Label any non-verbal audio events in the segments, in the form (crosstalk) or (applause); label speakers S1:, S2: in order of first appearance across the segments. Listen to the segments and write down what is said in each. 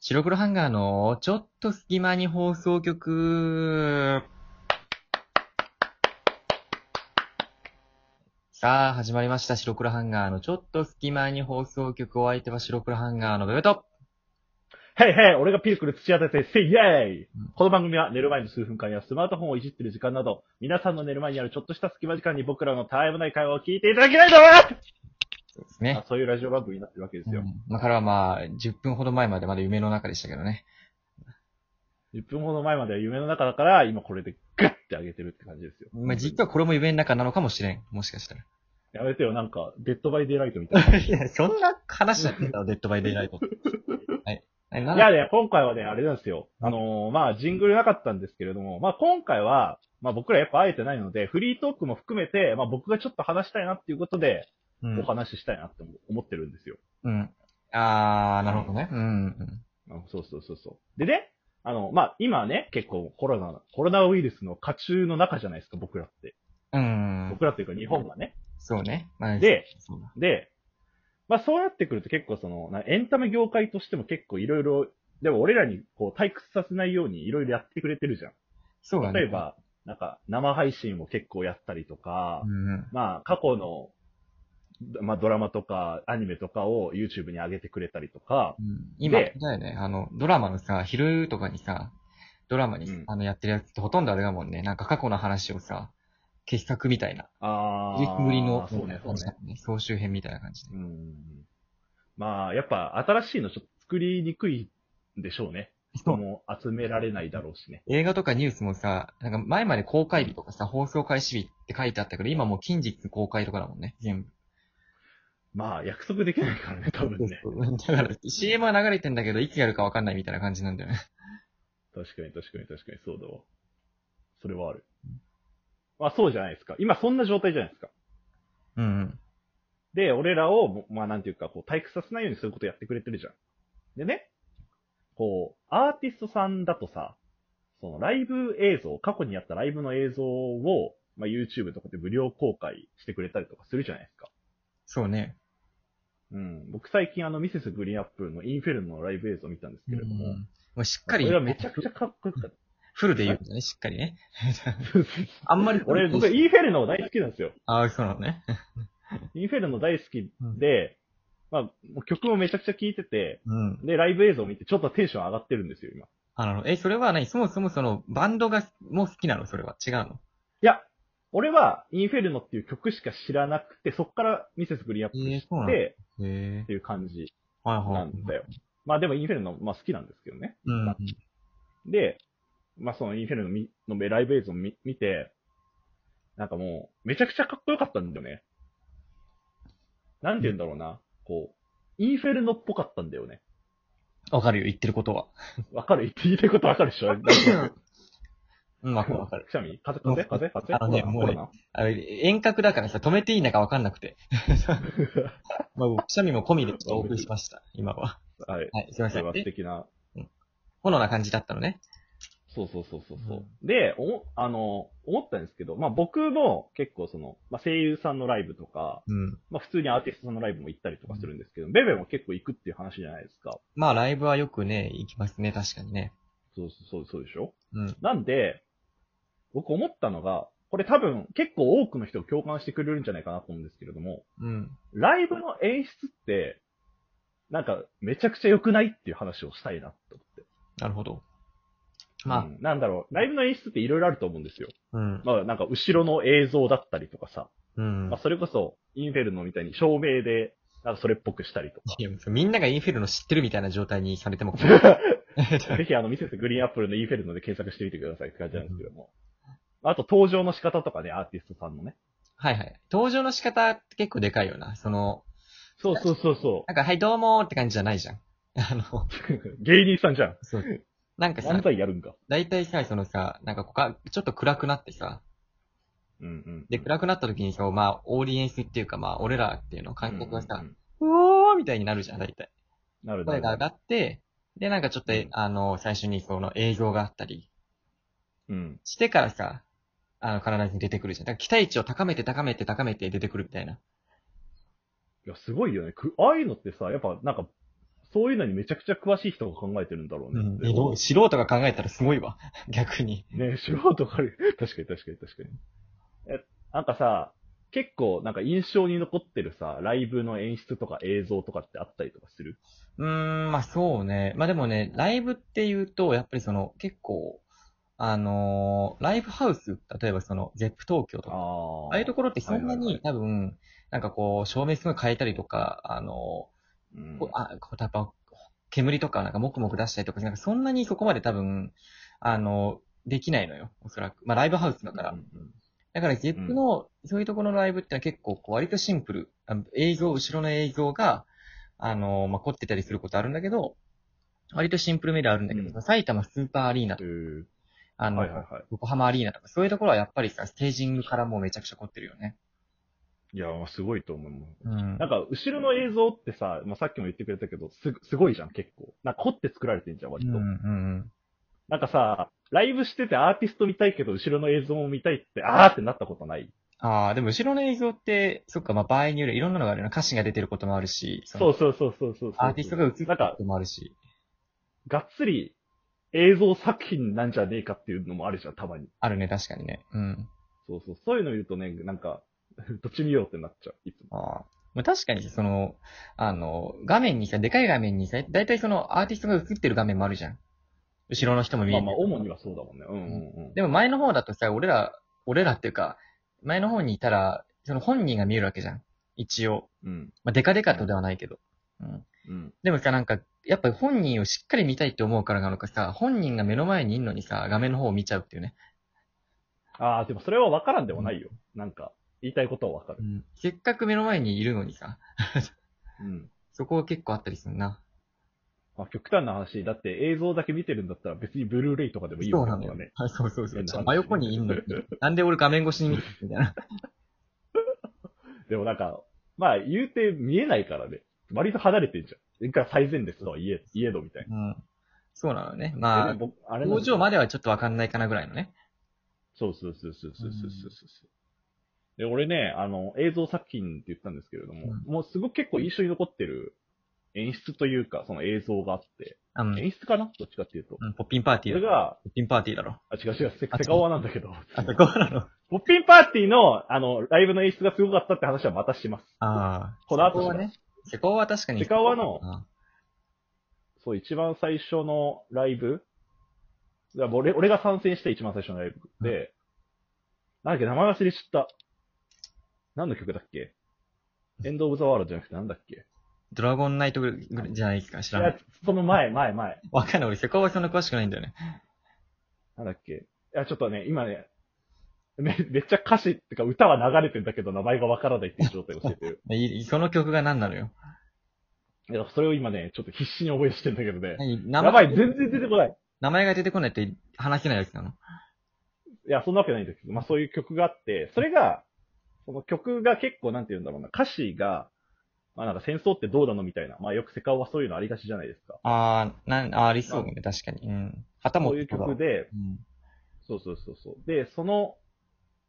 S1: 白黒ハンガーのちょっと隙間に放送局。さあ、始まりました。白黒ハンガーのちょっと隙間に放送局。お相手は白黒ハンガーのベベと。
S2: ヘイヘイ俺がピルクル土屋先生、イェーイこの番組は寝る前の数分間やスマートフォンをいじってる時間など、皆さんの寝る前にあるちょっとした隙間時間に僕らのタイムない会話を聞いていただきたいと思います
S1: そうですね
S2: あ。そういうラジオ番組になってるわけです
S1: う
S2: よ。
S1: んまあ、からはまあ、10分ほど前までまだ夢の中でしたけどね。
S2: 10分ほど前までは夢の中だから、今これでグッて上げてるって感じですよ。
S1: まあ、実はこれも夢の中なのかもしれん。もしかしたら。
S2: やめてよ、なんか、デッドバイデイライトみたいな。
S1: (laughs) いや、そんな話だってたの、デッドバイデイライト。はい。はい (laughs) ない
S2: やね、今回はね、あれなんですよ。あのーまあ、ジングルなかったんですけれども、まあ、今回は、まあ、僕らやっぱ会えてないので、フリートークも含めて、まあ、僕がちょっと話したいなっていうことで、
S1: うん
S2: お話ししたいなって思ってるんですよ。
S1: うん。あー、なるほどね。うん。うん
S2: あそうそうそうそう。でね、あの、まあ、今ね、結構コロナ、コロナウイルスの渦中の中じゃないですか、僕らって。
S1: うん。
S2: 僕らっていうか日本がね。
S1: そうね。まあ、
S2: で
S1: そうだ、
S2: で、まあ、そうなってくると結構その、なエンタメ業界としても結構いろいろ、でも俺らにこう退屈させないようにいろいろやってくれてるじゃ
S1: そうだ
S2: ん。
S1: ね。
S2: 例え、ば、なんか生配信も結構やったりとか
S1: う、ん。
S2: まあ、過去の、まあ、ドラマとかアニメとかを YouTube に上げてくれたりとか、
S1: 今、
S2: で
S1: だよね。あの、ドラマのさ、昼とかにさ、ドラマに、
S2: うん
S1: あの、やってるやつってほとんどあれだもんね。なんか過去の話をさ、傑作みたいな。
S2: あ
S1: 10
S2: ー
S1: 分ぶりの、
S2: そうね、そうね。
S1: ね。総集編みたいな感じで
S2: う。んまあ、やっぱ新しいのちょっと作りにくいんでしょうね。
S1: そ
S2: 人
S1: う
S2: も集められないだろうしね。
S1: 映画とかニュースもさ、なんか前まで公開日とかさ、放送開始日って書いてあったけど、今もう近日公開とかだもんね、全部。
S2: まあ、約束できないか
S1: (laughs)
S2: らね、多分ね。
S1: だから、CM は流れてんだけど、いつやるかわかんないみたいな感じなんだよね。
S2: 確かに確かに確かにそうだわ。それはある。まあ、そうじゃないですか。今そんな状態じゃないですか。
S1: うん。
S2: で、俺らを、まあ、なんていうか、こう、退屈させないようにそういうことやってくれてるじゃん。でね、こう、アーティストさんだとさ、そのライブ映像、過去にやったライブの映像を、まあ、YouTube とかで無料公開してくれたりとかするじゃないですか。
S1: そうね。
S2: うん。僕最近あの、ミセスグリーンアップルのインフェルノのライブ映像を見たんですけれども、
S1: うんもうしっ
S2: こ
S1: かり、
S2: れはめちゃくちゃかっこよか
S1: (laughs)
S2: った。
S1: フルで言うんだね、しっかりね。あんまり、
S2: 俺、僕インフェルノ大好きなんですよ。
S1: ああ、そうなのね。 (laughs)
S2: インフェルノ大好きで、まあ、もう曲もめちゃくちゃ聴いてて、
S1: うん。
S2: で、ライブ映像を見てちょっとテンション上がってるんですよ、今。い
S1: あの、え、それは何そもそもその、バンドが、もう好きなのそれは。違うの
S2: や、俺はインフェルノっていう曲しか知らなくて、そっからミセスグリーンアップル
S1: えー
S2: 知
S1: そうな
S2: っ
S1: の
S2: て、
S1: へ
S2: っ。ていう感じ
S1: はい
S2: な
S1: はい。
S2: んだよ。まあでもインフェルノ、まあ好きなんですけどね。
S1: うん。うん
S2: で、まあそのインフェルノみのライブ映像を見見て、なんかもう、めちゃくちゃかっこよかったんだよね。なんて言うんだろうな。こう、インフェルノっぽかったんだよね。
S1: わかるよ、言ってることは。
S2: わかる言っていることわかるでしょなんか
S1: (laughs) うん、わかるわかる。
S2: くしゃみ風風風風
S1: あのね
S2: コロナ
S1: もうね
S2: コロ
S1: あの遠隔だからさ、止めていいのかわかんなくて。 (laughs) まあ、僕くしゃみも込みでお送りしました、今は。
S2: ナはい。
S1: はい、すいません。
S2: 素
S1: え
S2: 敵な。
S1: ほのな感じだったのね。
S2: そうそうそうそうそうう、で、お、あの、思ったんですけど、まあ僕も結構その、まあ声優さんのライブとか、
S1: うん。
S2: まあ普通にアーティストさんのライブも行ったりとかするんですけど、ベベも結構行くっていう話じゃないですか。
S1: まあ、ライブはよくね、行きますね、確かにね。
S2: そうそうそう、そうでしょ
S1: うん。
S2: なんで、僕思ったのが、これ多分結構多くの人が共感してくれるんじゃないかなと思うんですけれども、
S1: うん。
S2: ライブの演出って、なんかめちゃくちゃ良くないっていう話をしたいなと思って。
S1: なるほど。ま
S2: うんなんだろう、ライブの演出っていろいろあると思うんですよ。
S1: あ、うん。
S2: まあなんか後ろの映像だったりとかさ、
S1: うん
S2: まあ。それこそインフェルノみたいに照明で、なんかそれっぽくしたりとか。
S1: いやみんながインフェルノ知ってるみたいな状態にされても困
S2: (laughs)
S1: る。 (laughs)
S2: ぜひあの、ミセスグリーンアップルのインフェルノで検索してみてくださいって感じなんですけども。あと登場の仕方とかね、アーティストさんのね。
S1: はいはい。登場の仕方って結構でかいよな。その、
S2: そうそうそうそ
S1: なんか、はい、どうもーって感じじゃないじゃん。 (laughs) あの、
S2: う。芸人さんじゃん。
S1: そう。なんかさ
S2: 漫、才やるんか。
S1: だいたいさ、そのさ、なんかこか、ちょっと暗くなってさ、
S2: うんうん。
S1: で、暗くなった時にさ、まあ、オーディエンスっていうか、まあ、俺らっていうの、
S2: うん
S1: 観客がさ
S2: う、ん
S1: うおーみたいになるじゃん、だいたい。
S2: うんなるな
S1: 声
S2: る
S1: が上がって、で、なんかちょっと、えあの、最初にその映像があったり、
S2: うん。
S1: してからさ、あの、必ず出てくるじゃん。だから期待値を高めて高めて高めて出てくるみたいな。
S2: いや、すごいよね。くああいうのってさ、やっぱなんか、そういうのにめちゃくちゃ詳しい人が考えてるんだろう
S1: うん。。
S2: ね
S1: えどう素人が考えたらすごいわ。 (laughs) 逆に。
S2: ね、 (laughs) 素人がある。確かに確かに確かに。え、なんかさ、結構なんか印象に残ってるさ、ライブの演出とか映像とかってあったりとかする
S1: うーん、まあそうね。まあでもね、ライブっていうと、やっぱりその、結構、あのーライブハウス、例えばその、ゼップ東京とか、
S2: あ
S1: ああいうところってそんな
S2: はい
S1: に多分、なんかこう、照明すごい変えたりとか、あの
S2: うん
S1: ーこうあ、こう、たば、煙とかなんかもくもく出したりとか、なんかそんなにそこまで多分、あのーできないのよ、おそらく。まあライブハウスだから。
S2: うん
S1: だから、ゲップの、そういうところのライブってのは結構、こう、割とシンプル。あの映像、後ろの映像が、あの、まあ、凝ってたりすることあるんだけど、割とシンプルめではあるんだけど、
S2: うん
S1: 埼玉スーパーアリーナと
S2: う
S1: か、
S2: ん
S1: あ
S2: うん
S1: の、
S2: はいはいは
S1: 横浜アリーナとか、そういうところはやっぱりさ、ステージングからもうめちゃくちゃ凝ってるよね。
S2: い。いや、まあすごいと思う。
S1: うん
S2: なん。か、後ろの映像ってさ、まあ、さっきも言ってくれたけど、す、すごいじゃん、結構。なんか、凝って作られてんじゃん、割
S1: うん、
S2: と。
S1: うん、
S2: なんかさ、ライブしててアーティスト見たいけど、後ろの映像も見たいって、あーってなったことない。
S1: ああ、でも後ろの映像って、そっか、まあ、場合によるいろんなのがあるよな。歌詞が出てることもあるし、その
S2: そうそうそうそうそうそう。
S1: アーティストが映ってる
S2: なん
S1: こ
S2: か、
S1: ともあるし。
S2: がっつり映像作品なんじゃねえかっていうのもあるじゃん、たまに。
S1: あるね、確かにね。うん。
S2: そうそう。そういうの言うとね、なんか、 (laughs) どっち見ようってなっちゃう、いつも。
S1: ああ。まあ、確かに、その、あの、画面にさ、でかい画面にさ、だいたいその、アーティストが映ってる画面もあるじゃん。後ろの人も見え
S2: まあ
S1: てる。
S2: まあ、主にはそうだもんね。うんうんうん。
S1: でも前の方だとさ、俺ら、俺らっていうか、前の方にいたら、その本人が見えるわけじゃん。一応。
S2: うん。
S1: まあ、でかでかとではないけど。うん。
S2: うん。
S1: でもさ、なんか、やっぱり本人をしっかり見たいって思うからなのかさ、本人が目の前にいるのにさ、画面の方を見ちゃうっていうね。
S2: ああ、でもそれは分からんでもないよ。なんか、言いたいことは分かる。
S1: ん。せっかく目の前にいるのにさ、
S2: うん。
S1: そこは結構あったりするな。
S2: まあ、極端な話、だって映像だけ見てるんだったら別にブルーレイとかでもいい
S1: そう
S2: わけ
S1: な
S2: だ
S1: んだよ
S2: から
S1: ね
S2: ね。。
S1: はい、 (laughs) そうそうそう。
S2: 変な話
S1: 真横にいんのに。なんで俺画面越しに見てるみたいな。
S2: (laughs) でもなんか、まあ言うて見えないからね。割と離れてんじゃん。一回最前列とは言え、言えどみたい
S1: うん。そうなのね。
S2: な。
S1: ま
S2: で
S1: あ、
S2: も僕あれなん
S1: 工
S2: だよ
S1: 場まではちょっとわかんないかなぐらいのね。
S2: そうそうそうそうそうそうそうそうそう。で、俺ね、あの、映像作品って言ったんですけれども、
S1: う
S2: もうすごく結構印象に残ってる演出というか、その映像があって、
S1: あの、
S2: 演出かなどっちかっていうと。
S1: うんポッピンパーテ
S2: そ
S1: ィー
S2: れ
S1: だろ。
S2: が、
S1: ポッピンパーティーだろ。
S2: あ、違う違う、セ
S1: あ違う
S2: セカオワなんだけど、
S1: あ、そこなの。
S2: ポッピンパーティーの、あの、ライブの演出がすごかったって話はまたします。
S1: ああ。
S2: この後
S1: 施工はね。施工は確かに。
S2: セカオワの
S1: あ
S2: そう、一番最初のライブが俺俺が参戦して一番最初のライブで、なんだっけ、名前忘れちゃった。何の曲だっけエンド・オブ・ザ・ワールドじゃなくてなんだっけ
S1: ドラゴンナイトぐらいじゃないですか、知らない
S2: や
S1: い。、
S2: その前、前、前。
S1: わかんない。俺、施工はそんな詳しくないんだよね。
S2: なんだっけ。いや、ちょっとね、今ね、めめっちゃ歌詞ってか歌は流れてんだけど名前がわからないっていう状態を教え
S1: (laughs)
S2: てる。
S1: いいその曲が何なのよ。
S2: いや、それを今ね、ちょっと必死に覚えしてんだけどね。
S1: 何名
S2: やばい、全然出てこない。
S1: 名前が出てこないって話せないやつなの。
S2: いや、そんなわけないんですけど、まあそういう曲があって、それが、その曲が結構なんて言うんだろうな、歌詞が、まあなんか戦争ってどうなのみたいな、まあよくセカオはそういうのありがちじゃないですか。
S1: ああ、なん、あーありそうね、確かに。うん。旗も。
S2: そういう曲。で、
S1: うん。
S2: そうそうそうそう。で、その、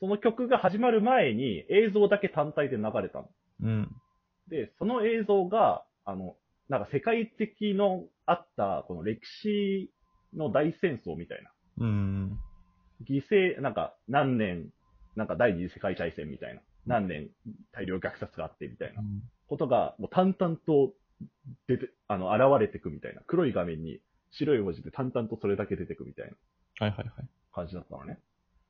S2: その曲が始まる前に映像だけ単体で流れたの。
S1: うん。
S2: で、その映像が、あの、なんか世界的のあった、この歴史の大戦争みたいな。
S1: うん。
S2: 犠牲、なんか何年、なんか第二次世界大戦みたいな。何年大量虐殺があってみたいな。ことが、もう淡々と出て、あの、現れてくみたいな。黒い画面に白い文字で淡々とそれだけ出てくみたいな
S1: はいはいはい。
S2: 感じだったのね。だか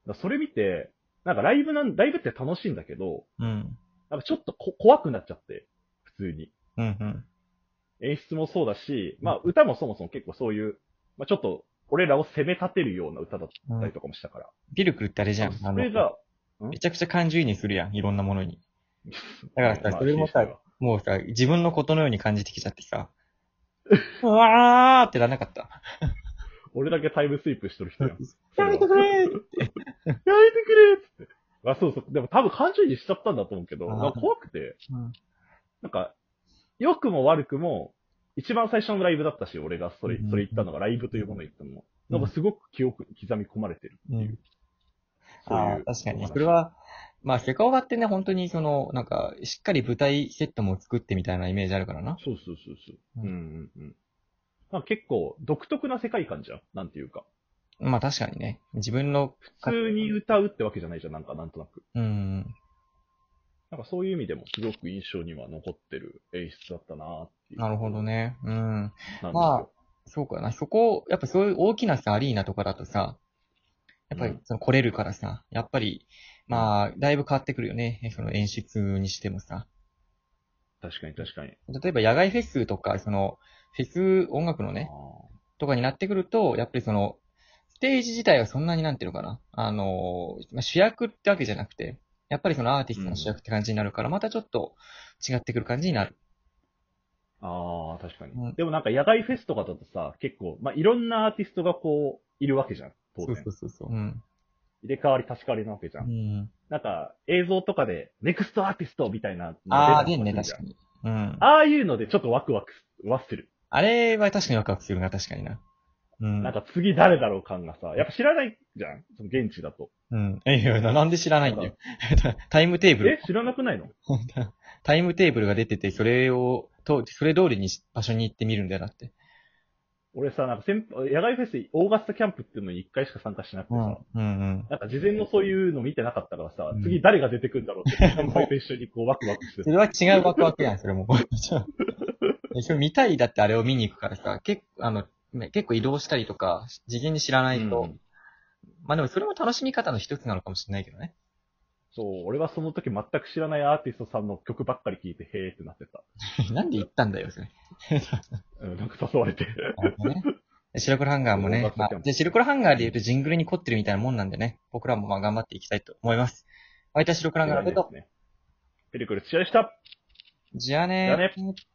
S2: らそれ見て、なんかライブなん、ライブって楽しいんだけど、
S1: うん。
S2: なんかちょっとこ怖くなっちゃって、普通に。
S1: うんうん。
S2: 演出もそうだし、まあ歌もそもそも結構そういう、まあちょっと俺らを攻め立てるような歌だったりとかもしたから。
S1: ピルクルってあれじゃん。あ
S2: そ
S1: の
S2: れ、が、
S1: めちゃくちゃ感情移入するやん。いろんなものに。だからさ、
S2: まあ
S1: それも
S2: ま
S1: さ、もうさ、自分のことのように感じてきちゃって
S2: (laughs)
S1: さ。うわーってならなかった。
S2: あ俺だけタイムスリップしてる人やん。 (laughs) やめて
S1: (laughs) やめてくれー
S2: くれっつって。あ、そうそう。でも多分感情移入しちゃったんだと思うけど、
S1: あー
S2: なんか怖くて、
S1: うん
S2: なんか、良くも悪くも、一番最初のライブだったし、俺がそれ
S1: うん、
S2: それ言ったのが、ライブというものを言ったのも、
S1: うん
S2: なんかすごく記憶に刻み込まれてるっていう。
S1: ああ、
S2: そういう
S1: 確かに。
S2: お話
S1: それは、まあ、セカオワってね、本当にその、なんか、しっかり舞台セットも作ってみたいなイメージあるからな。
S2: そうそうそうそう。う
S1: うん
S2: んうんうん。まあ結構独特な世界観じゃん。なんていうか。
S1: まあ確かにね。自分の、
S2: 普通に歌うってわけじゃないじゃん。なんかなんとなく。
S1: うん。
S2: なんかそういう意味でもすごく印象には残ってる演出だったなーっていう。
S1: なるほど
S2: ね。
S1: ね。うん。
S2: なんですよ
S1: まあ、そうかな。そこ、やっぱそういう大きなさ、アリーナとかだとさ、やっぱ
S2: う
S1: り
S2: ん
S1: その来れるからさ、やっぱり、まあ、だいぶ変わってくるよね。その演出にしてもさ。
S2: 確かに確かに。
S1: 例えば野外フェスとか、その、フェス音楽のね、
S2: あ
S1: とかになってくると、やっぱりその、ステージ自体はそんなになんていうのかな。あの、まあ主役ってわけじゃなくて、やっぱりそのアーティストの主役って感じになるから、またちょっと違ってくる感じになる。
S2: ーあー、確かに、
S1: うん
S2: でもなんか野外フェスとかだとさ、結構、まあいろんなアーティストがこう、いるわけじゃん。当然。
S1: そうそうそうそう。うん。
S2: 入れ替わり立ち替わりなわけじゃ
S1: う
S2: ん。
S1: ん、
S2: なんか映像とかで、ネクストアーティストみたいなの出
S1: ああ、
S2: たり
S1: で
S2: と
S1: ね、
S2: する
S1: 確
S2: じゃん
S1: かに。うん。
S2: ああいうのでちょっとワクワクはする。
S1: あれは確かにワクワクするな、確かにな。うん。
S2: なんか次誰だろう感がさ、やっぱ知らないじゃんその現地だと。
S1: うん。いやいや、ななんで知らないんだよ。 (laughs) タイムテーブル
S2: え。知らなくないの
S1: (laughs) タイムテーブルが出てて、それを、と、それ通りにし場所に行ってみるんだよなって。
S2: 俺さ、なんか先輩野外フェス、オーガスタキャンプっていうのに一回しか参加しなくてさ、
S1: うんうん。
S2: なんか事前のそういうの見てなかったからさ、
S1: うん
S2: 次誰が出てくるんだろうって、先輩と一緒にこうワクワクして
S1: それは違うワクワクやん、それも。 (laughs) えそれ見たいだってあれを見に行くからさ、結構、あの、ね結構移動したりとか、事前に知らないと。
S2: うん
S1: まあでもそれも楽しみ方の一つなのかもしれないけどね。 (laughs)
S2: そう、俺はその時全く知らないアーティストさんの曲ばっかり聴いて、へーってなってた。
S1: なんで行ったんだよ、それ。
S2: うん、なんか誘われて。
S1: なるほどね。シルクルハンガーも
S2: そう
S1: ね、
S2: だ
S1: ま
S2: そう
S1: あ、でシルクルハンガーで言うとジングルに凝ってるみたいなもんなんでね、僕らもまあ頑張っていきたいと思います。
S2: (laughs)
S1: お相手はシルクルハンガーのベ
S2: で
S1: ト。
S2: すね。ペリクル、試合でした
S1: じゃあ
S2: じゃあね
S1: ねー。